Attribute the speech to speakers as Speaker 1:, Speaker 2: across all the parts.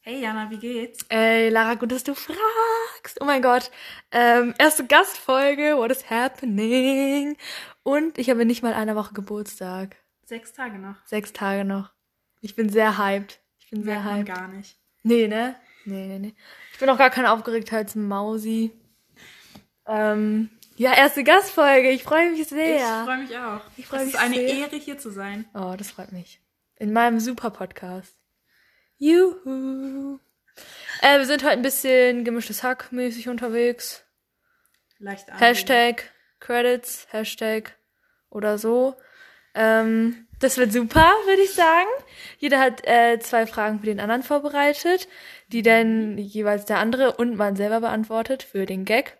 Speaker 1: Hey Jana, wie geht's?
Speaker 2: Ey, Lara, gut, dass du fragst. Oh mein Gott. Ähm, erste Gastfolge, what is happening? Und ich habe in nicht mal einer Woche Geburtstag.
Speaker 1: Sechs Tage noch.
Speaker 2: Sechs Tage noch. Ich bin sehr hyped. Ich bin sehr
Speaker 1: Merkt man
Speaker 2: hyped.
Speaker 1: gar nicht.
Speaker 2: Nee, ne? Nee, nee, nee. Ich bin auch gar kein Aufgeregtheitsmausi. Ähm, ja, erste Gastfolge. Ich freue mich
Speaker 1: Ich
Speaker 2: sehr.
Speaker 1: freue mich auch.
Speaker 2: Ich freu
Speaker 1: es
Speaker 2: mich
Speaker 1: ist eine
Speaker 2: sehr.
Speaker 1: Ehre, hier zu sein.
Speaker 2: oh, das freut mich. In meinem super Podcast. Juhu. Äh, wir sind heute ein bisschen gemischtes Hack mäßig unterwegs.
Speaker 1: Leicht anregen.
Speaker 2: Hashtag Credits, Hashtag oder so. Ähm, das wird super, würde ich sagen. Jeder hat äh, zwei Fragen für den anderen vorbereitet, die dann jeweils der andere und man selber beantwortet für den Gag.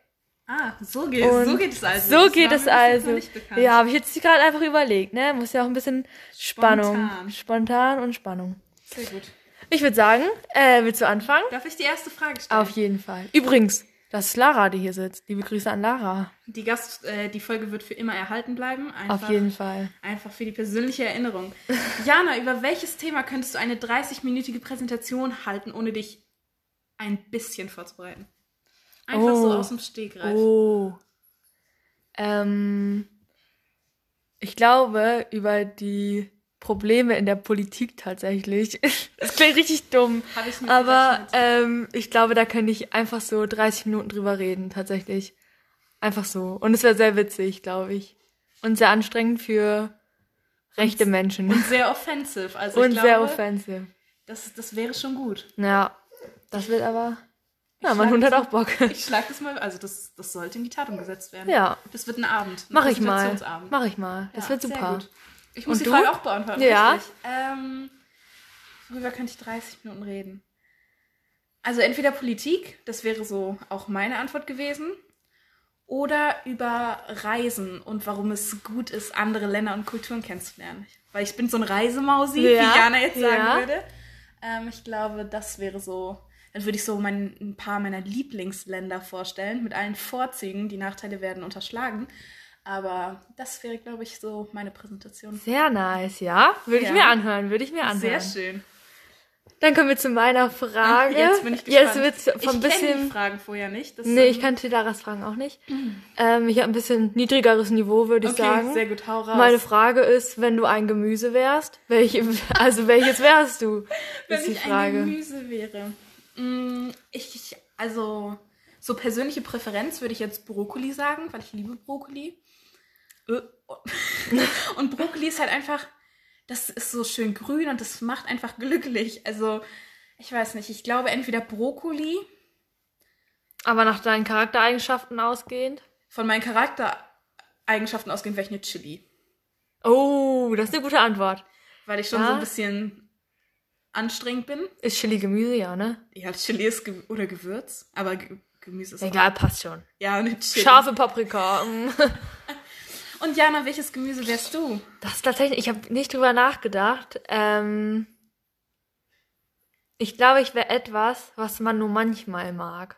Speaker 1: Ah, so geht, so
Speaker 2: Und
Speaker 1: geht es also.
Speaker 2: So
Speaker 1: Das
Speaker 2: geht
Speaker 1: war
Speaker 2: es
Speaker 1: mir bis jetzt noch
Speaker 2: also.
Speaker 1: Nicht bekannt.
Speaker 2: Ja, habe ich jetzt gerade einfach überlegt, ne? Muss ja auch ein bisschen Spannung.
Speaker 1: Spontan.
Speaker 2: Spontan, und Spannung.
Speaker 1: Sehr gut.
Speaker 2: Ich würde sagen, äh, willst du anfangen?
Speaker 1: Darf ich die erste Frage stellen?
Speaker 2: Auf jeden Fall. Übrigens, das ist Lara, die hier sitzt. Liebe Grüße an Lara.
Speaker 1: Die, Gast, äh, die Folge wird für immer erhalten bleiben. Einfach,
Speaker 2: Auf jeden Fall.
Speaker 1: Einfach für die persönliche Erinnerung. Jana, über welches Thema könntest du eine 30-minütige Präsentation halten, ohne dich ein bisschen vorzubereiten? Einfach so
Speaker 2: Oh.
Speaker 1: aus dem Stegreif.
Speaker 2: Oh. Ähm, ich glaube, über die Probleme in der Politik tatsächlich. Das klingt richtig dumm.
Speaker 1: Hab ich mir
Speaker 2: Aber
Speaker 1: gerechnet.
Speaker 2: ähm, ich glaube, da könnte ich einfach so 30 Minuten drüber reden, tatsächlich. Einfach so. Und es wäre sehr witzig, glaube ich. Und sehr anstrengend für rechte Menschen.
Speaker 1: Und sehr offensiv. Also
Speaker 2: äh, Und
Speaker 1: ich
Speaker 2: sehr
Speaker 1: glaube,
Speaker 2: offensive.
Speaker 1: das, das wäre schon gut.
Speaker 2: Ja, das wird aber. Ja, mein
Speaker 1: schlag
Speaker 2: Hund hat
Speaker 1: das-
Speaker 2: auch Bock.
Speaker 1: Ich schlage das mal, also das, das sollte in die Tat umgesetzt werden.
Speaker 2: Ja.
Speaker 1: Das wird ein Abend. ein
Speaker 2: Mach ich mal.
Speaker 1: Präsentationsabend.
Speaker 2: Mach ich mal. Das
Speaker 1: Ja,
Speaker 2: wird
Speaker 1: sehr
Speaker 2: super.
Speaker 1: gut. Ich muss
Speaker 2: Und
Speaker 1: die
Speaker 2: du?
Speaker 1: Frage auch beantworten.
Speaker 2: Ja.
Speaker 1: Richtig. Ähm, worüber könnte ich 30 Minuten reden? Also entweder Politik, das wäre so auch meine Antwort gewesen, oder über Reisen und warum es gut ist, andere Länder und Kulturen kennenzulernen. Weil ich bin so ein Reisemausi,
Speaker 2: Ja,
Speaker 1: wie Jana jetzt sagen
Speaker 2: ja.
Speaker 1: würde. Ähm, ich glaube, das wäre so. Dann würde ich so mein, ein paar meiner Lieblingsländer vorstellen, mit allen Vorzügen. Die Nachteile werden unterschlagen. Aber das wäre, glaube ich, so meine Präsentation.
Speaker 2: Sehr nice, ja. Würde
Speaker 1: Ja.
Speaker 2: ich mir anhören, würde ich mir
Speaker 1: Sehr
Speaker 2: anhören.
Speaker 1: schön. Ah,
Speaker 2: Dann kommen wir zu meiner Frage.
Speaker 1: Jetzt bin ich gespannt.
Speaker 2: Jetzt wird's von
Speaker 1: ich
Speaker 2: ein
Speaker 1: kenne die
Speaker 2: bisschen.
Speaker 1: Fragen vorher nicht. Das
Speaker 2: Nee,
Speaker 1: ähm,
Speaker 2: ich kannte Laras Fragen auch nicht. Ähm, ich habe ein bisschen niedrigeres Niveau, würde ich
Speaker 1: Okay,
Speaker 2: sagen.
Speaker 1: sehr gut. Hau raus.
Speaker 2: Meine Frage ist, wenn du ein Gemüse wärst, welche, also welches wärst du?
Speaker 1: Wenn
Speaker 2: ist die
Speaker 1: ich
Speaker 2: Frage.
Speaker 1: ein Gemüse wäre. Mm, Ich, ich, also, so persönliche Präferenz würde ich jetzt Brokkoli sagen, weil ich liebe Brokkoli. Äh, Und Brokkoli ist halt einfach, das ist so schön grün und das macht einfach glücklich. Also, ich weiß nicht, ich glaube entweder Brokkoli
Speaker 2: Aber nach deinen Charaktereigenschaften ausgehend.
Speaker 1: von meinen Charaktereigenschaften ausgehend wäre ich eine Chili.
Speaker 2: Oh, das ist eine gute Antwort.
Speaker 1: Weil ich schon
Speaker 2: Ja.
Speaker 1: so ein bisschen anstrengend bin.
Speaker 2: Ist Chili Gemüse, ja, ne?
Speaker 1: Ja, Chili ist Ge oder Gewürz, aber Ge Gemüse ist auch-
Speaker 2: Egal, passt schon.
Speaker 1: Ja, eine Chili.
Speaker 2: Scharfe Paprika. mm.
Speaker 1: Und Jana, welches Gemüse wärst du?
Speaker 2: Das ist tatsächlich, ich habe nicht drüber nachgedacht. Ähm, ich glaube, ich wäre etwas, was man nur manchmal mag.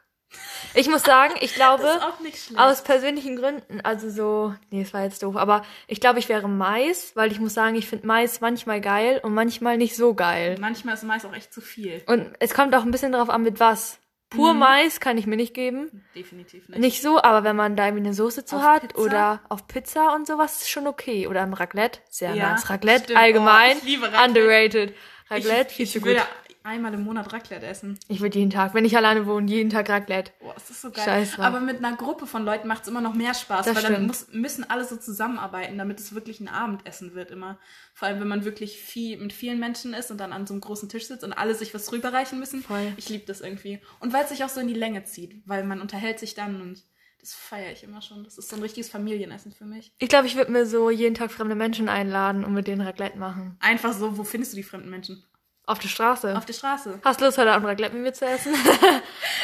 Speaker 2: Ich muss sagen,
Speaker 1: Das
Speaker 2: ich glaube,
Speaker 1: ist auch nicht schlecht.
Speaker 2: aus persönlichen Gründen, also so, nee, es war jetzt doof, aber ich glaube, ich wäre Mais, weil ich muss sagen, ich finde Mais manchmal geil und manchmal nicht so geil.
Speaker 1: Manchmal ist Mais auch echt zu viel.
Speaker 2: Und es kommt auch ein bisschen drauf an, mit was.
Speaker 1: Mhm.
Speaker 2: Pur Mais kann ich mir nicht geben.
Speaker 1: Definitiv nicht.
Speaker 2: Nicht so, aber wenn man da irgendwie eine Soße zu
Speaker 1: Auf
Speaker 2: hat
Speaker 1: Pizza?
Speaker 2: oder auf Pizza und sowas, ist schon okay. Oder im Raclette, sehr
Speaker 1: Ja,
Speaker 2: nice. Raclette,
Speaker 1: stimmt.
Speaker 2: allgemein,
Speaker 1: Oh, ich liebe Raclette.
Speaker 2: underrated.
Speaker 1: Ich-
Speaker 2: Raclette, viel
Speaker 1: ich
Speaker 2: zu gut.
Speaker 1: würde einmal im Monat Raclette essen.
Speaker 2: Ich würde jeden Tag, wenn ich alleine wohne, jeden Tag Raclette.
Speaker 1: Boah, es ist so geil.
Speaker 2: Scheiße.
Speaker 1: Aber mit einer Gruppe von Leuten macht es immer noch mehr Spaß,
Speaker 2: Das
Speaker 1: weil dann
Speaker 2: stimmt.
Speaker 1: muss, müssen alle so zusammenarbeiten, damit es wirklich ein Abendessen wird immer. Vor allem, wenn man wirklich viel mit vielen Menschen ist und dann an so einem großen Tisch sitzt und alle sich was rüberreichen müssen.
Speaker 2: Voll.
Speaker 1: Ich liebe das irgendwie. Und weil es sich auch so in die Länge zieht, weil man unterhält sich dann und das feiere ich immer schon. Das ist so ein richtiges Familienessen für mich.
Speaker 2: Ich glaube, ich würde mir so jeden Tag fremde Menschen einladen und mit denen Raclette machen.
Speaker 1: Einfach so, wo findest du die fremden Menschen?
Speaker 2: Auf der Straße.
Speaker 1: Auf der Straße.
Speaker 2: Hast Lust, heute Abend Raclette mit mir zu essen?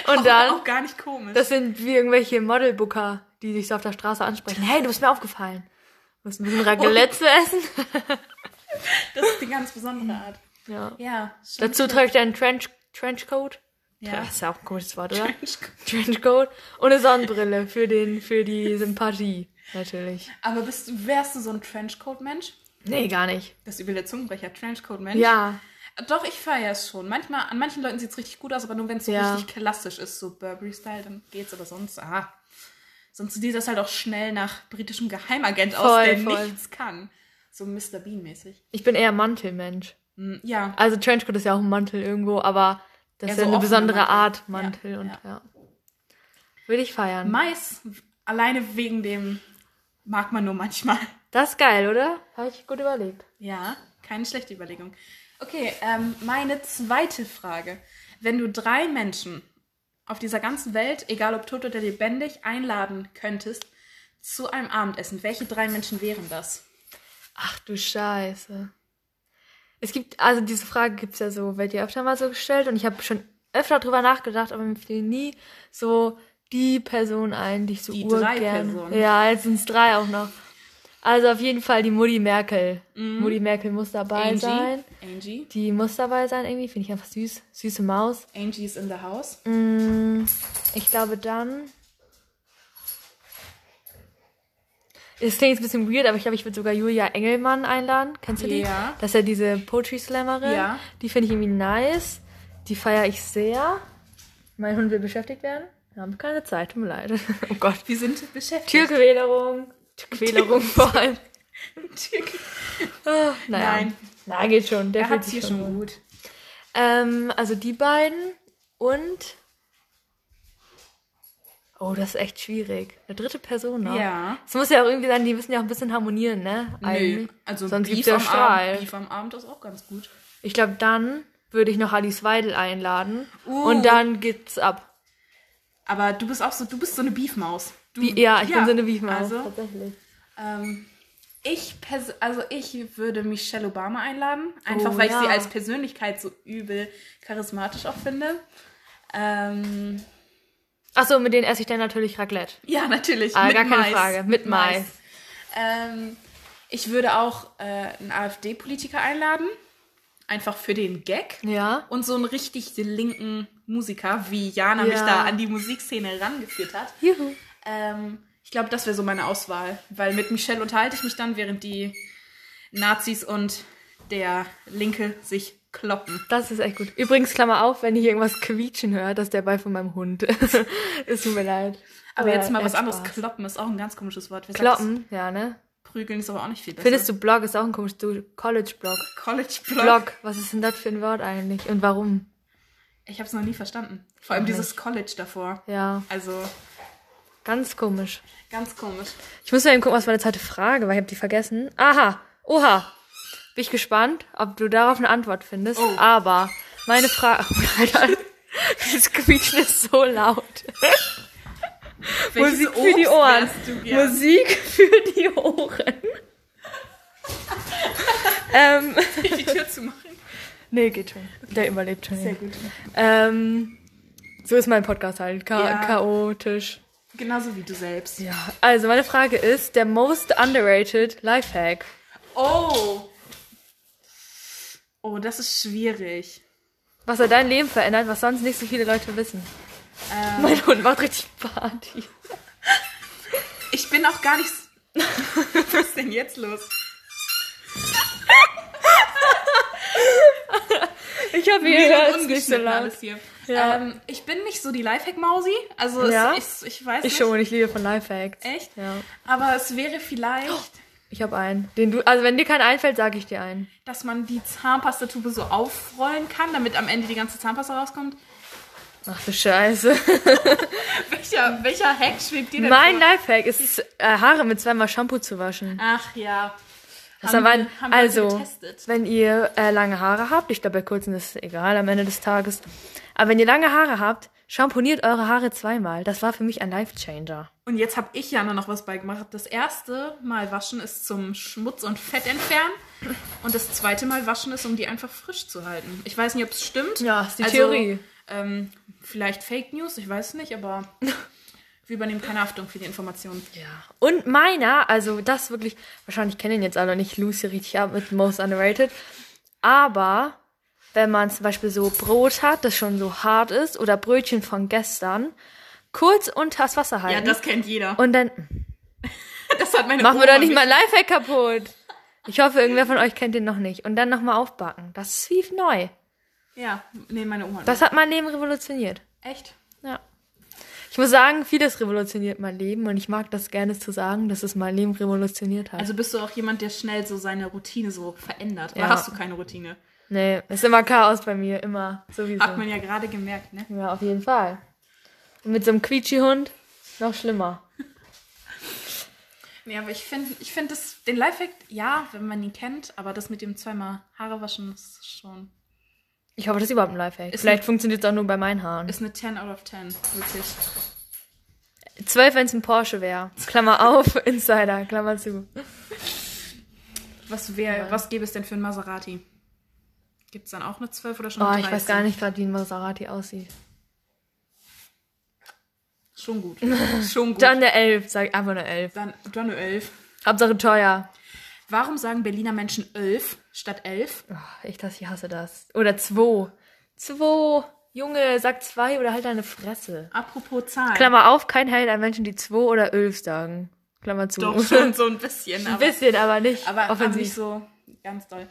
Speaker 2: und dann,
Speaker 1: auch gar nicht komisch.
Speaker 2: das sind wie irgendwelche Modelbooker, die dich so auf der Straße ansprechen. Hey, du bist mir aufgefallen. Lust, ein bisschen Raclette
Speaker 1: Oh.
Speaker 2: zu essen?
Speaker 1: Das ist die ganz besondere Art.
Speaker 2: Ja.
Speaker 1: Ja. schon
Speaker 2: Dazu trage ich dann einen Trench, Trenchcoat.
Speaker 1: Ja.
Speaker 2: Das ist ja auch ein komisches Wort, oder?
Speaker 1: strange.
Speaker 2: Trenchcoat. Und eine Sonnenbrille für, den, für die Sympathie, natürlich.
Speaker 1: Aber bist, du- wärst du so ein Trenchcoat-Mensch?
Speaker 2: Nee, gar nicht.
Speaker 1: Das ist übel der Zungenbrecher, Trenchcoat-Mensch.
Speaker 2: Ja.
Speaker 1: Doch, ich feiere es schon. Manchmal, an manchen Leuten sieht es richtig gut aus, aber nur wenn es so
Speaker 2: Ja.
Speaker 1: richtig klassisch ist, so Burberry-Style, dann geht's. Aber sonst, aha. Sonst sieht das halt auch schnell nach britischem Geheimagent aus,
Speaker 2: Voll,
Speaker 1: der
Speaker 2: voll.
Speaker 1: nichts kann. So Mr. Bean-mäßig.
Speaker 2: Ich bin eher Mantelmensch.
Speaker 1: Hm, Ja,
Speaker 2: Also Trenchcoat ist ja auch ein Mantel irgendwo, aber das
Speaker 1: Ja,
Speaker 2: ist
Speaker 1: so
Speaker 2: ja eine
Speaker 1: offene
Speaker 2: besondere
Speaker 1: Mantel.
Speaker 2: Art Mantel
Speaker 1: Ja,
Speaker 2: und
Speaker 1: ja.
Speaker 2: ja. Würde ich feiern.
Speaker 1: Mais, alleine wegen dem, mag man nur manchmal.
Speaker 2: das ist geil, oder? Habe ich gut überlegt.
Speaker 1: Ja, keine schlechte Überlegung. Okay, ähm, meine zweite Frage. Wenn du drei Menschen auf dieser ganzen Welt, egal ob tot oder lebendig, einladen könntest zu einem Abendessen, welche drei Menschen wären das?
Speaker 2: Ach du Scheiße. Es gibt, also diese Frage gibt's ja so, wird ja öfter mal so gestellt und ich habe schon öfter drüber nachgedacht, aber mir fiel nie so die Person ein, die ich so
Speaker 1: Die
Speaker 2: urgern...
Speaker 1: drei Personen.
Speaker 2: Ja, jetzt sind's drei auch noch. Also auf jeden Fall die Mutti Merkel.
Speaker 1: Mhm.
Speaker 2: Mutti Merkel muss dabei sein.
Speaker 1: Angie.
Speaker 2: Die muss dabei sein irgendwie, finde ich einfach süß. Süße Maus.
Speaker 1: Angie ist in the house.
Speaker 2: Mm, Ich glaube dann... Es klingt jetzt ein bisschen weird, aber ich glaube, ich würde sogar Julia Engelmann einladen. Kennst du die?
Speaker 1: Ja.
Speaker 2: Das ist ja diese Poetry Slammerin.
Speaker 1: Ja.
Speaker 2: Die finde ich irgendwie nice. Die feiere ich sehr. Mein Hund will beschäftigt werden. Wir haben keine Zeit, tut mir leid. Oh Gott.
Speaker 1: Wir sind beschäftigt.
Speaker 2: Türquälerung. Türquälerung vor allem.
Speaker 1: Türke.
Speaker 2: Ah, naja.
Speaker 1: Nein.
Speaker 2: Na, geht schon. Der
Speaker 1: Er
Speaker 2: fühlt
Speaker 1: hat's
Speaker 2: sich
Speaker 1: hier schon gut.
Speaker 2: Ähm, also die beiden und. Oh, das ist echt schwierig. Eine dritte Person noch.
Speaker 1: Ja.
Speaker 2: Es muss ja auch irgendwie sein, die müssen ja auch ein bisschen harmonieren, ne?
Speaker 1: Nö,
Speaker 2: Eigentlich.
Speaker 1: also
Speaker 2: Sonst
Speaker 1: Beef,
Speaker 2: gibt's ja
Speaker 1: am Abend,
Speaker 2: Streit.
Speaker 1: Beef am Abend ist auch ganz gut.
Speaker 2: Ich glaube, dann würde ich noch Alice Weidel einladen.
Speaker 1: Uh.
Speaker 2: Und dann geht's ab.
Speaker 1: Aber du bist auch so, du bist so eine Beefmaus. Du,
Speaker 2: Wie, ja, ich bin so eine Beefmaus.
Speaker 1: Mm, Also,
Speaker 2: Tatsächlich.
Speaker 1: Ähm, ich, pers also ich würde Michelle Obama einladen, einfach
Speaker 2: Oh,
Speaker 1: weil ich
Speaker 2: ja.
Speaker 1: sie als Persönlichkeit so übel charismatisch auch finde. Ähm,
Speaker 2: Achso, mit denen esse ich dann natürlich Raclette.
Speaker 1: ja, natürlich.
Speaker 2: Ah, gar keine Frage, mit Mais.
Speaker 1: Ähm, ich würde auch äh, einen AfD-Politiker einladen, einfach für den Gag.
Speaker 2: Ja.
Speaker 1: Und so einen richtig linken Musiker, wie Jana mich
Speaker 2: Ja.
Speaker 1: da an die Musikszene rangeführt hat.
Speaker 2: Juhu.
Speaker 1: Ähm, ich glaube, das wäre so meine Auswahl, weil mit Michelle unterhalte ich mich dann, während die Nazis und der Linke sich kloppen.
Speaker 2: Das ist echt gut. Übrigens, Klammer auf, wenn ich irgendwas quietschen höre, das ist der Ball von meinem Hund. es tut mir leid.
Speaker 1: Aber jetzt mal
Speaker 2: er
Speaker 1: was
Speaker 2: hat
Speaker 1: anderes.
Speaker 2: Spaß.
Speaker 1: Kloppen ist auch ein ganz komisches Wort. Wer sagt,
Speaker 2: Kloppen, ja, ne?
Speaker 1: das Prügeln ist aber auch nicht viel besser.
Speaker 2: Findest du Blog ist auch ein komisches du College Blog.
Speaker 1: College Blog?
Speaker 2: Blog, was ist denn das für ein Wort eigentlich und warum?
Speaker 1: Ich habe es noch nie verstanden. Vor allem
Speaker 2: Auch
Speaker 1: dieses College davor.
Speaker 2: Ja,
Speaker 1: Also
Speaker 2: ganz komisch.
Speaker 1: ganz komisch.
Speaker 2: Ich muss mal eben gucken, was meine zweite Frage war, ich habe die vergessen. Aha, oha. Bin ich gespannt, ob du darauf eine Antwort findest,
Speaker 1: Oh.
Speaker 2: aber meine Frage, Alter, das Quietschen ist so laut.
Speaker 1: Welches
Speaker 2: Musik für die
Speaker 1: Obst
Speaker 2: Ohren.
Speaker 1: wärst Du gern?
Speaker 2: Musik für die Ohren. ähm,
Speaker 1: Soll ich die Tür zu machen.
Speaker 2: nee, geht schon. Der überlebt schon. Ja.
Speaker 1: gut.
Speaker 2: Ähm, so ist mein Podcast halt. Cha
Speaker 1: Ja.
Speaker 2: Chaotisch.
Speaker 1: Genauso wie du selbst.
Speaker 2: Ja. Also, meine Frage ist: der most underrated Lifehack.
Speaker 1: Oh. Oh, das ist schwierig.
Speaker 2: Was hat dein Leben verändert, was sonst nicht so viele Leute wissen?
Speaker 1: Ähm,
Speaker 2: Mein Hund macht richtig Party.
Speaker 1: Ich bin auch gar nicht. s- Was ist denn jetzt los?
Speaker 2: Ich habe
Speaker 1: Wir
Speaker 2: ihn
Speaker 1: haben
Speaker 2: hört nicht so
Speaker 1: ungeschnitten
Speaker 2: laut.
Speaker 1: alles hier.
Speaker 2: Ja.
Speaker 1: Ähm, ich bin nicht so die Lifehack-Mausi. Also es-
Speaker 2: Ja?
Speaker 1: ich, ich weiß
Speaker 2: Ich
Speaker 1: nicht.
Speaker 2: schon, ich liebe von Lifehacks.
Speaker 1: Echt?
Speaker 2: Ja. Oh.
Speaker 1: Aber es wäre vielleicht,
Speaker 2: Ich habe einen. Den du, also, wenn dir kein einfällt, sage ich dir einen.
Speaker 1: dass man die Zahnpastatube so aufrollen kann, damit am Ende die ganze Zahnpasta rauskommt.
Speaker 2: Ach du Scheiße.
Speaker 1: Welcher, welcher Hack schwebt dir denn
Speaker 2: Mein
Speaker 1: vor?
Speaker 2: Lifehack ist, äh, Haare mit zweimal Shampoo zu waschen.
Speaker 1: Ach ja.
Speaker 2: Das
Speaker 1: Ah, haben
Speaker 2: haben
Speaker 1: wir, haben wir
Speaker 2: also,
Speaker 1: getestet.
Speaker 2: wenn ihr äh, lange Haare habt, ich glaube, bei kurzen ist es egal am Ende des Tages. Aber wenn ihr lange Haare habt, schamponiert eure Haare zweimal. Das war für mich ein Life-Changer.
Speaker 1: Und jetzt habe ich Jana noch was beigemacht. Das erste Mal waschen ist zum Schmutz und Fett entfernen. Und das zweite Mal waschen ist, um die einfach frisch zu halten. Ich weiß nicht, ob es stimmt. Also,
Speaker 2: Ja, ist die Theorie.
Speaker 1: Ähm, vielleicht Fake News, ich weiß nicht, aber wir übernehmen keine Haftung für die Informationen.
Speaker 2: Ja. Und meiner, also das wirklich, wahrscheinlich kennen ihn jetzt alle nicht Lucy richtig ab mit Most Underrated. Aber wenn man zum Beispiel so Brot hat, das schon so hart ist, oder Brötchen von gestern, kurz unter das Wasser
Speaker 1: Ja,
Speaker 2: halten.
Speaker 1: das kennt jeder.
Speaker 2: ne? und dann
Speaker 1: das hat meine
Speaker 2: machen wir
Speaker 1: Oma
Speaker 2: doch nicht
Speaker 1: ge-
Speaker 2: mal Lifehack kaputt. Ich hoffe, irgendwer von euch kennt den noch nicht. Und dann nochmal aufbacken. Das ist wie neu.
Speaker 1: Ja, nee, meine Oma.
Speaker 2: Das hat mein Leben revolutioniert.
Speaker 1: Echt?
Speaker 2: Ja. Ich muss sagen, vieles revolutioniert mein Leben und ich mag das gerne zu sagen, dass es mein Leben revolutioniert hat.
Speaker 1: Also bist du auch jemand, der schnell so seine Routine so verändert?
Speaker 2: Ja.
Speaker 1: Oder hast du keine Routine?
Speaker 2: nee, ist immer Chaos bei mir, immer. Sowieso.
Speaker 1: Hat man ja gerade gemerkt, ne?
Speaker 2: Ja, auf jeden Fall. Und mit so einem Quietschihund noch schlimmer.
Speaker 1: Nee, aber ich finde, ich finde das, den Lifehack, ja, wenn man ihn kennt, aber das mit dem zweimal Haare waschen ist schon,
Speaker 2: Ich hoffe, das ist überhaupt ein Lifehack.
Speaker 1: Ist
Speaker 2: Vielleicht funktioniert es auch nur bei meinen Haaren.
Speaker 1: ist eine 10 out of 10, wirklich.
Speaker 2: 12, wenn es ein Porsche wäre. Klammer auf, Insider, Klammer zu.
Speaker 1: Was wäre, was gäbe es denn für ein Maserati? Gibt es dann auch eine 12 oder schon
Speaker 2: Oh,
Speaker 1: eine
Speaker 2: ich
Speaker 1: 13?
Speaker 2: weiß gar nicht gerade, wie ein Maserati aussieht.
Speaker 1: Schon gut. schon gut.
Speaker 2: Dann eine 11, sag ich einfach eine 11.
Speaker 1: dann, dann eine 11.
Speaker 2: Hauptsache teuer.
Speaker 1: Warum sagen Berliner Menschen 11 statt 11?
Speaker 2: Oh, ich, das, ich hasse das. Oder 2. 2. Junge, sag 2 oder halt deine Fresse.
Speaker 1: Apropos Zahlen.
Speaker 2: Klammer auf, kein Held an Menschen, die 2 oder 11 sagen. Klammer zu.
Speaker 1: Doch, schon so ein bisschen.
Speaker 2: Ein
Speaker 1: Aber,
Speaker 2: bisschen, aber nicht
Speaker 1: aber, aber
Speaker 2: offensiv.
Speaker 1: nicht so ganz doll.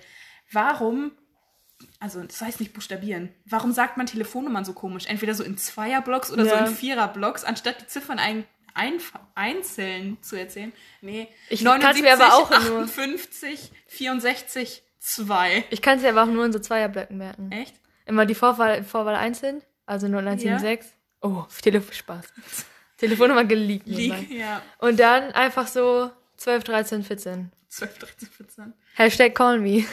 Speaker 1: Warum, also das heißt nicht buchstabieren, warum sagt man Telefonnummern so komisch? Entweder so in Zweierblocks oder
Speaker 2: Ja.
Speaker 1: so in Viererblocks, anstatt die Ziffern ein, ein, einzeln zu erzählen. Nee,
Speaker 2: Ich kann's mir aber auch nur-
Speaker 1: 58, 64, 2.
Speaker 2: Ich kann es ja aber auch nur in so Zweierblöcken merken.
Speaker 1: Echt?
Speaker 2: Immer die Vorwahl, Vorwahl einzeln, also 0176. Oh, Telefon Spaß. Telefonnummer geleakt.
Speaker 1: League,
Speaker 2: nebenbei.
Speaker 1: ja.
Speaker 2: Und dann einfach so 12, 13, 14.
Speaker 1: 12, 13, 14.
Speaker 2: Hashtag call me.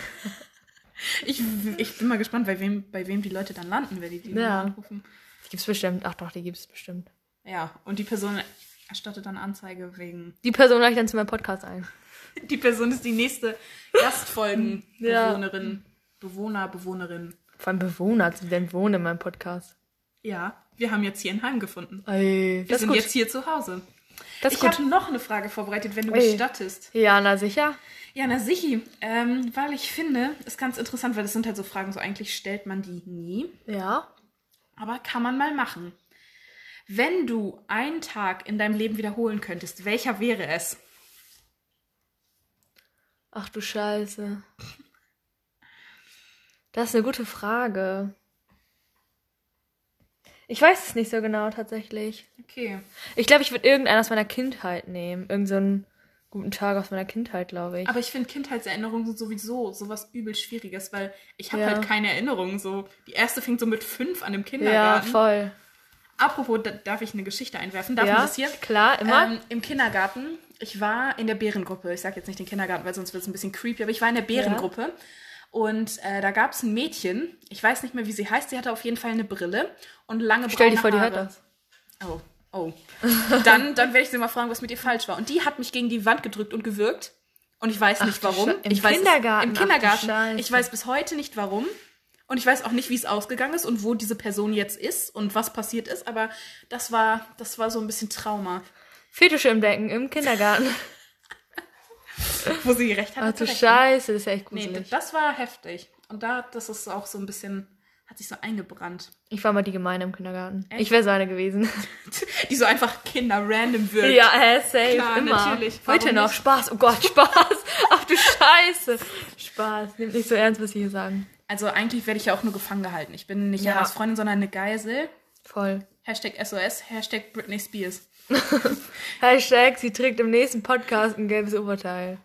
Speaker 1: Ich, ich bin mal gespannt, bei wem, bei wem die Leute dann landen, wenn die die
Speaker 2: Ja.
Speaker 1: Nummer anrufen.
Speaker 2: Die gibt's bestimmt. Ach doch, die gibt's bestimmt.
Speaker 1: Ja, und die Person erstattet dann Anzeige wegen.
Speaker 2: Die Person lade ich dann zu meinem Podcast ein.
Speaker 1: Die Person ist die nächste Gastfolgenbewohnerin. Bewohner, Bewohnerin.
Speaker 2: Vor allem Bewohner, also die denn wohnen in meinem Podcast.
Speaker 1: Ja, wir haben jetzt hier ein Heim gefunden.
Speaker 2: Ey,
Speaker 1: Wir
Speaker 2: das ist
Speaker 1: sind
Speaker 2: gut.
Speaker 1: jetzt hier zu Hause.
Speaker 2: das ist
Speaker 1: Ich
Speaker 2: gut. Oh
Speaker 1: habe noch eine Frage vorbereitet, wenn du
Speaker 2: Ey.
Speaker 1: gestattest.
Speaker 2: Ja, na sicher.
Speaker 1: Ja, na Sichi, ähm, weil ich finde, ist ganz interessant, weil das sind halt so Fragen, so eigentlich stellt man die nie.
Speaker 2: Ja.
Speaker 1: Aber kann man mal machen. Wenn du einen Tag in deinem Leben wiederholen könntest, welcher wäre es?
Speaker 2: Ach du Scheiße. Das ist eine gute Frage. Ich weiß es nicht so genau tatsächlich.
Speaker 1: Okay.
Speaker 2: Ich glaube, ich würde irgendeinen aus meiner Kindheit nehmen. Irgend so einen guten Tag aus meiner Kindheit, glaube ich.
Speaker 1: Aber ich finde Kindheitserinnerungen sind sowieso sowas übel Schwieriges, weil ich habe
Speaker 2: Ja.
Speaker 1: halt keine Erinnerungen. So. Die erste fängt so mit fünf an im
Speaker 2: ja,
Speaker 1: Kindergarten.
Speaker 2: voll.
Speaker 1: Apropos, da, darf ich eine Geschichte einwerfen? Darf
Speaker 2: ja,
Speaker 1: man das hier?
Speaker 2: klar, immer.
Speaker 1: Ähm, Im Kindergarten, ich war in der Bärengruppe. Ich sage jetzt nicht den Kindergarten, weil sonst wird es ein bisschen creepy, aber ich war in der Bärengruppe. Und äh, da gab es ein Mädchen, ich weiß nicht mehr, wie sie heißt, sie hatte auf jeden Fall eine Brille und lange
Speaker 2: Stell dir
Speaker 1: braune
Speaker 2: vor, die
Speaker 1: Haare.
Speaker 2: hört das.
Speaker 1: Oh, oh. Dann, dann werde ich sie mal fragen, was mit ihr falsch war. Und die hat mich gegen die Wand gedrückt und gewürgt. Und ich weiß
Speaker 2: Ach
Speaker 1: nicht
Speaker 2: du
Speaker 1: warum.
Speaker 2: Sche- im
Speaker 1: ich weiß es-
Speaker 2: Kindergarten,
Speaker 1: Im
Speaker 2: ach du
Speaker 1: Kindergarten.
Speaker 2: Scheiße.
Speaker 1: Ich weiß bis heute nicht warum. Und ich weiß auch nicht, wie es ausgegangen ist und wo diese Person jetzt ist und was passiert ist. Aber das war, das war so ein bisschen Trauma.
Speaker 2: Fetische im Denken im Kindergarten.
Speaker 1: Wo sie recht hat.
Speaker 2: Ach
Speaker 1: hat sie
Speaker 2: Ah, du
Speaker 1: recht.
Speaker 2: Scheiße, das ist ja echt
Speaker 1: Nee,
Speaker 2: gruselig.
Speaker 1: das war heftig. Und da, das ist auch so ein bisschen, hat sich so eingebrannt.
Speaker 2: ich war mal die Gemeine im Kindergarten.
Speaker 1: Echt?
Speaker 2: Ich wäre so eine gewesen.
Speaker 1: Die so einfach Kinder random wirkt.
Speaker 2: Ja, hä, safe,
Speaker 1: Klar,
Speaker 2: immer.
Speaker 1: natürlich. Warum
Speaker 2: Heute noch
Speaker 1: nicht?
Speaker 2: Spaß, oh Gott, Spaß. Ach du Scheiße. Spaß, nimmt nicht so ernst, was ich hier sagen.
Speaker 1: Also eigentlich werde ich ja auch nur gefangen gehalten. Ich bin nicht
Speaker 2: Ja.
Speaker 1: Janas Freundin, sondern eine Geisel.
Speaker 2: Voll.
Speaker 1: Hashtag SOS, Hashtag Britney Spears.
Speaker 2: Hashtag, sie trägt im nächsten Podcast ein gelbes Oberteil.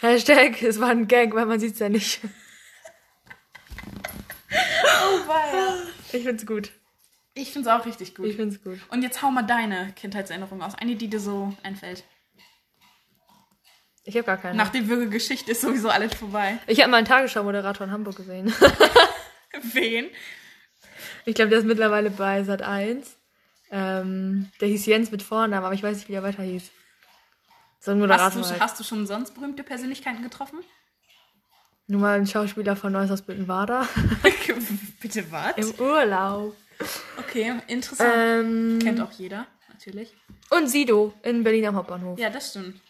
Speaker 2: Hashtag, es war ein Gag, weil man sieht's ja nicht. Ich find's gut.
Speaker 1: Ich find's auch richtig gut.
Speaker 2: Ich find's gut.
Speaker 1: Und jetzt hau mal deine Kindheitserinnerung aus. Eine, die dir so einfällt.
Speaker 2: Ich habe gar keine.
Speaker 1: Nach der Würgegeschichte ist sowieso alles vorbei.
Speaker 2: ich habe mal einen Tagesschau-Moderator in Hamburg gesehen.
Speaker 1: Wen?
Speaker 2: Ich glaube, der ist mittlerweile bei Sat 1. Ähm, der hieß Jens mit Vornamen, aber ich weiß nicht, wie er weiter hieß. So ein Moderator.
Speaker 1: Hast du,
Speaker 2: halt.
Speaker 1: hast du schon sonst berühmte Persönlichkeiten getroffen?
Speaker 2: Nur mal ein Schauspieler von Neuss aus Büttenwader.
Speaker 1: Bitte was?
Speaker 2: Im Urlaub.
Speaker 1: Okay, interessant.
Speaker 2: Ähm,
Speaker 1: Kennt auch jeder, natürlich.
Speaker 2: Und Sido in Berlin am Hauptbahnhof.
Speaker 1: Ja, das stimmt.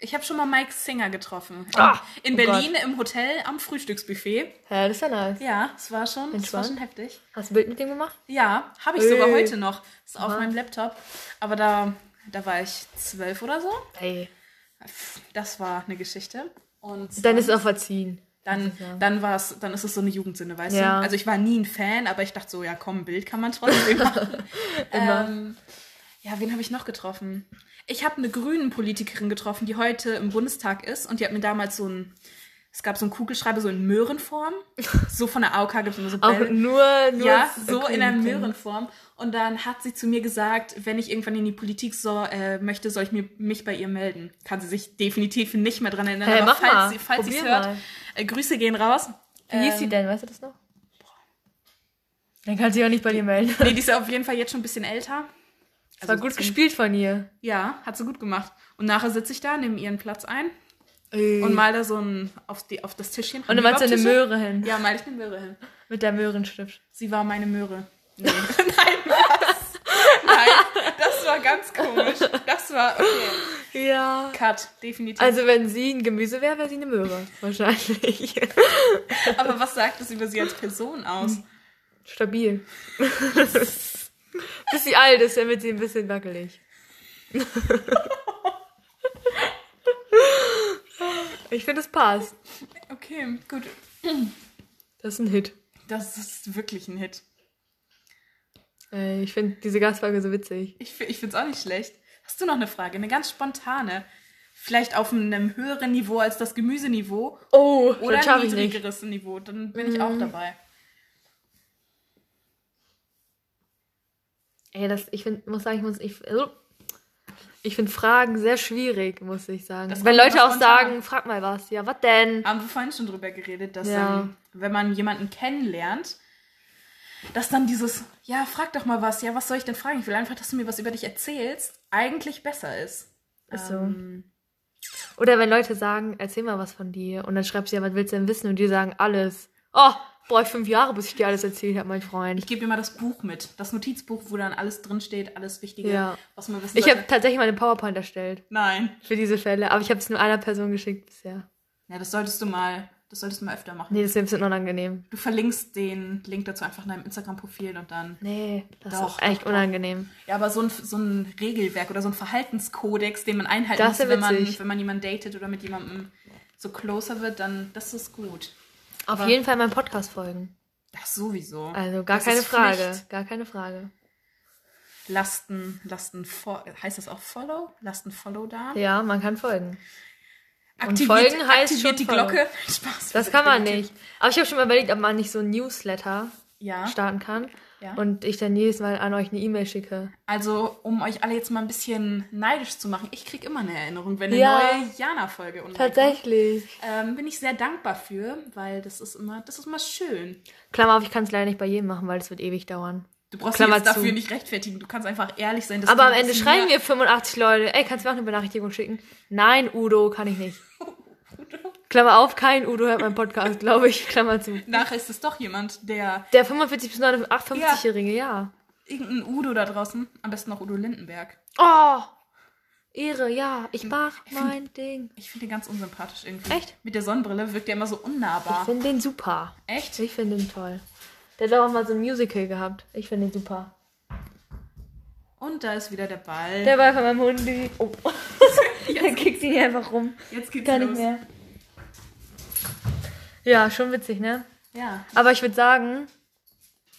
Speaker 1: Ich habe schon mal Mike Singer getroffen. In,
Speaker 2: Ah,
Speaker 1: in
Speaker 2: oh
Speaker 1: Berlin im Hotel am Frühstücksbuffet.
Speaker 2: Ja, das ist ja nice.
Speaker 1: Ja, es war schon, es war
Speaker 2: Entspannt.
Speaker 1: schon heftig.
Speaker 2: Hast du ein Bild mit dem gemacht?
Speaker 1: Ja, habe ich
Speaker 2: Ey.
Speaker 1: sogar heute noch. Ist auf
Speaker 2: Aha.
Speaker 1: meinem Laptop. Aber da, da war ich zwölf oder so.
Speaker 2: Ey.
Speaker 1: Das war eine Geschichte. Und
Speaker 2: Dann ist es auch verziehen.
Speaker 1: dann,
Speaker 2: Ja.
Speaker 1: dann war's, dann ist es so eine Jugendsünde, weißt
Speaker 2: Ja.
Speaker 1: du? Also ich war nie ein Fan, aber ich dachte so, ja komm, ein Bild kann man trotzdem machen.
Speaker 2: Immer.
Speaker 1: Ähm, ja, wen habe ich noch getroffen? Ich habe eine grünen Politikerin getroffen, die heute im Bundestag ist und die hat mir damals so ein, es gab so einen Kugelschreiber, so in Möhrenform. So von der AOK gibt es immer so
Speaker 2: Auch
Speaker 1: Bälle.
Speaker 2: nur, nur
Speaker 1: Ja,
Speaker 2: s-
Speaker 1: so in der
Speaker 2: grün.
Speaker 1: Möhrenform. Und dann hat sie zu mir gesagt, wenn ich irgendwann in die Politik so, äh, möchte, soll ich mir, mich bei ihr melden. Kann sie sich definitiv nicht mehr dran erinnern.
Speaker 2: Hey,
Speaker 1: aber
Speaker 2: mach
Speaker 1: falls
Speaker 2: mal.
Speaker 1: sie falls sie es
Speaker 2: Probier
Speaker 1: hört,
Speaker 2: mal.
Speaker 1: äh, Grüße gehen raus.
Speaker 2: Wie hieß sie
Speaker 1: Ähm,
Speaker 2: denn? Weißt du das noch? Dann kann sie auch nicht bei dir melden.
Speaker 1: Nee, die ist auf jeden Fall jetzt schon ein bisschen älter.
Speaker 2: Das war
Speaker 1: Also
Speaker 2: gut
Speaker 1: zum-
Speaker 2: gespielt von ihr.
Speaker 1: Ja, hat sie gut gemacht. Und nachher sitze ich da, nehme ihren Platz ein und mal da so ein, auf, die, auf das Tischchen.
Speaker 2: Mhm. Und dann malst du eine
Speaker 1: Möhre.
Speaker 2: Möhre hin.
Speaker 1: Ja, mal ich eine Möhre hin.
Speaker 2: Mit der Möhrenstift.
Speaker 1: Sie war meine Möhre. Nee. Nein, was? Nein, das war ganz komisch. Das war, okay.
Speaker 2: Ja.
Speaker 1: Cut, definitiv.
Speaker 2: Also wenn sie ein Gemüse wäre, wäre sie eine Möhre. Wahrscheinlich.
Speaker 1: Aber was sagt das über sie als Person aus?
Speaker 2: Stabil. Bis sie alt ist, dann wird sie ein bisschen wackelig. Ich finde, es passt.
Speaker 1: Okay, gut.
Speaker 2: Das ist ein Hit.
Speaker 1: Das ist wirklich ein Hit.
Speaker 2: Äh, Ich finde diese Gastfolge so witzig.
Speaker 1: Ich, fi- ich finde es auch nicht schlecht. Hast du noch eine Frage? Eine ganz spontane. Vielleicht auf einem höheren Niveau als das Gemüseniveau
Speaker 2: Oh,
Speaker 1: oder
Speaker 2: das
Speaker 1: ein
Speaker 2: schaffe ich nicht.
Speaker 1: niedrigeres Niveau. Dann bin ich auch dabei.
Speaker 2: Ey, das, ich find, muss sagen, ich muss, ich, also, ich finde Fragen sehr schwierig, muss ich sagen.
Speaker 1: Das kommt
Speaker 2: Wenn Leute
Speaker 1: immer
Speaker 2: auch
Speaker 1: spontan.
Speaker 2: sagen, frag mal was. Ja, was denn?
Speaker 1: Haben wir vorhin schon drüber geredet, dass
Speaker 2: Ja.
Speaker 1: ähm, wenn man jemanden kennenlernt, dass dann dieses, ja, frag doch mal was, ja, was soll ich denn fragen? Ich will einfach, dass du mir was über dich erzählst, eigentlich besser ist.
Speaker 2: Ist so.
Speaker 1: Ähm,
Speaker 2: Oder wenn Leute sagen, erzähl mal was von dir. Und dann schreibst du ja, was willst du denn wissen? Und die sagen alles. Oh, brauche ich fünf Jahre, bis ich dir alles erzählt habe, mein Freund.
Speaker 1: ich gebe dir mal das Buch mit, das Notizbuch, wo dann alles drinsteht, alles Wichtige,
Speaker 2: Ja.
Speaker 1: was man wissen
Speaker 2: Ich habe
Speaker 1: sollte.
Speaker 2: tatsächlich mal eine PowerPoint erstellt
Speaker 1: Nein.
Speaker 2: für diese Fälle, aber ich habe es nur einer Person geschickt bisher.
Speaker 1: Ja, das solltest du mal, das solltest du mal öfter machen.
Speaker 2: Nee, das ist mir ein bisschen unangenehm.
Speaker 1: Du verlinkst den Link dazu einfach in deinem Instagram-Profil und dann.
Speaker 2: Nee, das
Speaker 1: Doch,
Speaker 2: ist echt
Speaker 1: doch, doch.
Speaker 2: unangenehm.
Speaker 1: Ja, aber so ein, so ein Regelwerk oder so ein Verhaltenskodex, den man einhalten
Speaker 2: Das
Speaker 1: muss,
Speaker 2: wär
Speaker 1: wenn man,
Speaker 2: witzig.
Speaker 1: wenn man jemanden datet oder mit jemandem so closer wird, dann das ist gut.
Speaker 2: Auf
Speaker 1: Aber-
Speaker 2: jeden Fall meinen Podcast folgen.
Speaker 1: Das sowieso.
Speaker 2: Also gar
Speaker 1: Das
Speaker 2: keine
Speaker 1: ist
Speaker 2: Frage.
Speaker 1: Pflicht.
Speaker 2: Gar keine Frage.
Speaker 1: Lasten, Lasten, fo- heißt das auch Follow? Lasten Follow da.
Speaker 2: Ja, man kann folgen. Und
Speaker 1: Aktiviert-
Speaker 2: folgen heißt
Speaker 1: aktiviert
Speaker 2: schon
Speaker 1: die
Speaker 2: follow.
Speaker 1: Glocke. Spaß.
Speaker 2: Das kann man nicht. Aber ich habe schon mal überlegt, ob man nicht so ein Newsletter
Speaker 1: Ja.
Speaker 2: starten kann.
Speaker 1: Ja.
Speaker 2: Und ich dann jedes Mal an euch eine E-Mail schicke.
Speaker 1: Also, um euch alle jetzt mal ein bisschen neidisch zu machen, ich krieg immer eine Erinnerung, wenn eine
Speaker 2: Ja.
Speaker 1: neue Jana-Folge online
Speaker 2: Tatsächlich.
Speaker 1: kommt. Ähm, bin ich sehr dankbar für, weil das ist immer, das ist immer schön.
Speaker 2: Klammer auf, ich kann es leider nicht bei jedem machen, weil es wird ewig dauern.
Speaker 1: Du brauchst dich
Speaker 2: Klammer
Speaker 1: jetzt dafür
Speaker 2: zu.
Speaker 1: nicht rechtfertigen. Du kannst einfach ehrlich sein. Dass
Speaker 2: Aber
Speaker 1: du
Speaker 2: am
Speaker 1: ein
Speaker 2: Ende
Speaker 1: bisschen
Speaker 2: schreiben
Speaker 1: mehr-
Speaker 2: mir 85 Leute, ey, kannst du mir auch eine Benachrichtigung schicken? Nein, Udo, kann ich nicht. Klammer auf, kein Udo hört meinen Podcast, glaube ich. Klammer zu.
Speaker 1: Nachher ist es doch jemand, der
Speaker 2: Der 45 bis 58-Jährige, ja.
Speaker 1: irgendein Udo da draußen, am besten noch Udo Lindenberg.
Speaker 2: Oh! Ehre, ja. Ich mach mein Ding.
Speaker 1: Ich finde den ganz unsympathisch irgendwie.
Speaker 2: Echt?
Speaker 1: Mit der Sonnenbrille wirkt der immer so
Speaker 2: Ich
Speaker 1: unnahbar.
Speaker 2: finde den super.
Speaker 1: Echt?
Speaker 2: Ich finde den toll. Der hat auch mal so ein Musical gehabt. Ich finde den super.
Speaker 1: Und da ist wieder der Ball.
Speaker 2: Der war von meinem Hund. die- Oh. Der kickt ihn hier einfach rum.
Speaker 1: Jetzt geht's
Speaker 2: Gar
Speaker 1: los.
Speaker 2: nicht mehr. Ja, schon witzig, ne?
Speaker 1: Ja.
Speaker 2: Aber ich würde sagen,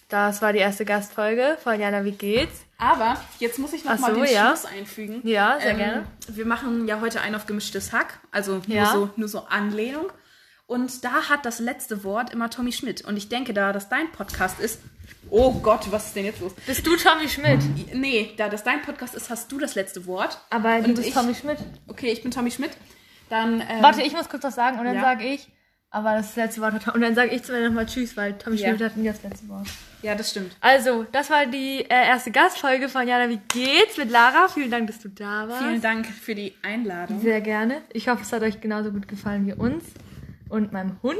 Speaker 2: das war die erste Gastfolge von Jana, wie geht's?
Speaker 1: Aber jetzt muss ich noch
Speaker 2: Ach
Speaker 1: mal
Speaker 2: so,
Speaker 1: den
Speaker 2: ja.
Speaker 1: Schluss einfügen. Ähm,
Speaker 2: Ja, sehr gerne.
Speaker 1: Wir machen ja heute ein auf gemischtes Hack, also nur,
Speaker 2: Ja.
Speaker 1: so, nur so Anlehnung. Und da hat das letzte Wort immer Tommy Schmidt. Und ich denke, da das dein Podcast ist. Oh Gott, was ist denn jetzt los?
Speaker 2: Bist du Tommy Schmidt?
Speaker 1: Nee, da das dein Podcast ist, hast du das letzte Wort.
Speaker 2: Aber du
Speaker 1: Und
Speaker 2: bist
Speaker 1: ich-
Speaker 2: Tommy Schmidt.
Speaker 1: Okay, ich bin Tommy Schmidt. Dann. Ähm,
Speaker 2: Warte, ich muss kurz was sagen und dann
Speaker 1: Ja.
Speaker 2: sage ich. Aber das letzte Wort hat Und dann sage ich zu mir nochmal Tschüss, weil Tommy
Speaker 1: Ja.
Speaker 2: Schmidt hat nie das letzte Wort.
Speaker 1: Ja, das stimmt.
Speaker 2: Also, das war die äh, erste Gastfolge von Jana, wie geht's mit Lara. Vielen Dank, dass du da warst.
Speaker 1: Vielen Dank für die Einladung.
Speaker 2: Sehr gerne. Ich hoffe, es hat euch genauso gut gefallen wie uns und meinem Hund,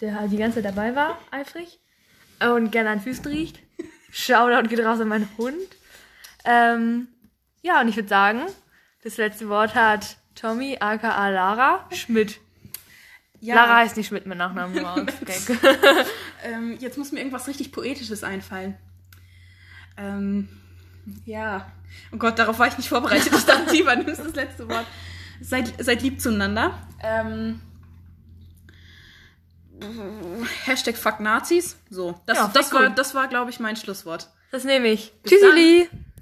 Speaker 2: der halt die ganze Zeit dabei war, eifrig und gerne an Füßen riecht. Shoutout geht raus an meinen Hund. Ähm, ja, und ich würde sagen, das letzte Wort hat Tommy aka Lara Schmidt.
Speaker 1: Ja,
Speaker 2: Lara heißt nicht Schmidt mit Nachnamen. nur aus Gag.
Speaker 1: ähm, jetzt muss mir irgendwas richtig Poetisches einfallen. Ähm, ja. Oh Gott, darauf war ich nicht vorbereitet. Ich dachte, Tiva, nimmst das letzte Wort. Seid, seid lieb zueinander. Ähm, Hashtag Fuck Nazis. So, das,
Speaker 2: Ja,
Speaker 1: das
Speaker 2: voll
Speaker 1: war,
Speaker 2: cool.
Speaker 1: das war glaube ich, mein Schlusswort.
Speaker 2: Das nehme ich.
Speaker 1: Bis
Speaker 2: Tschüssi.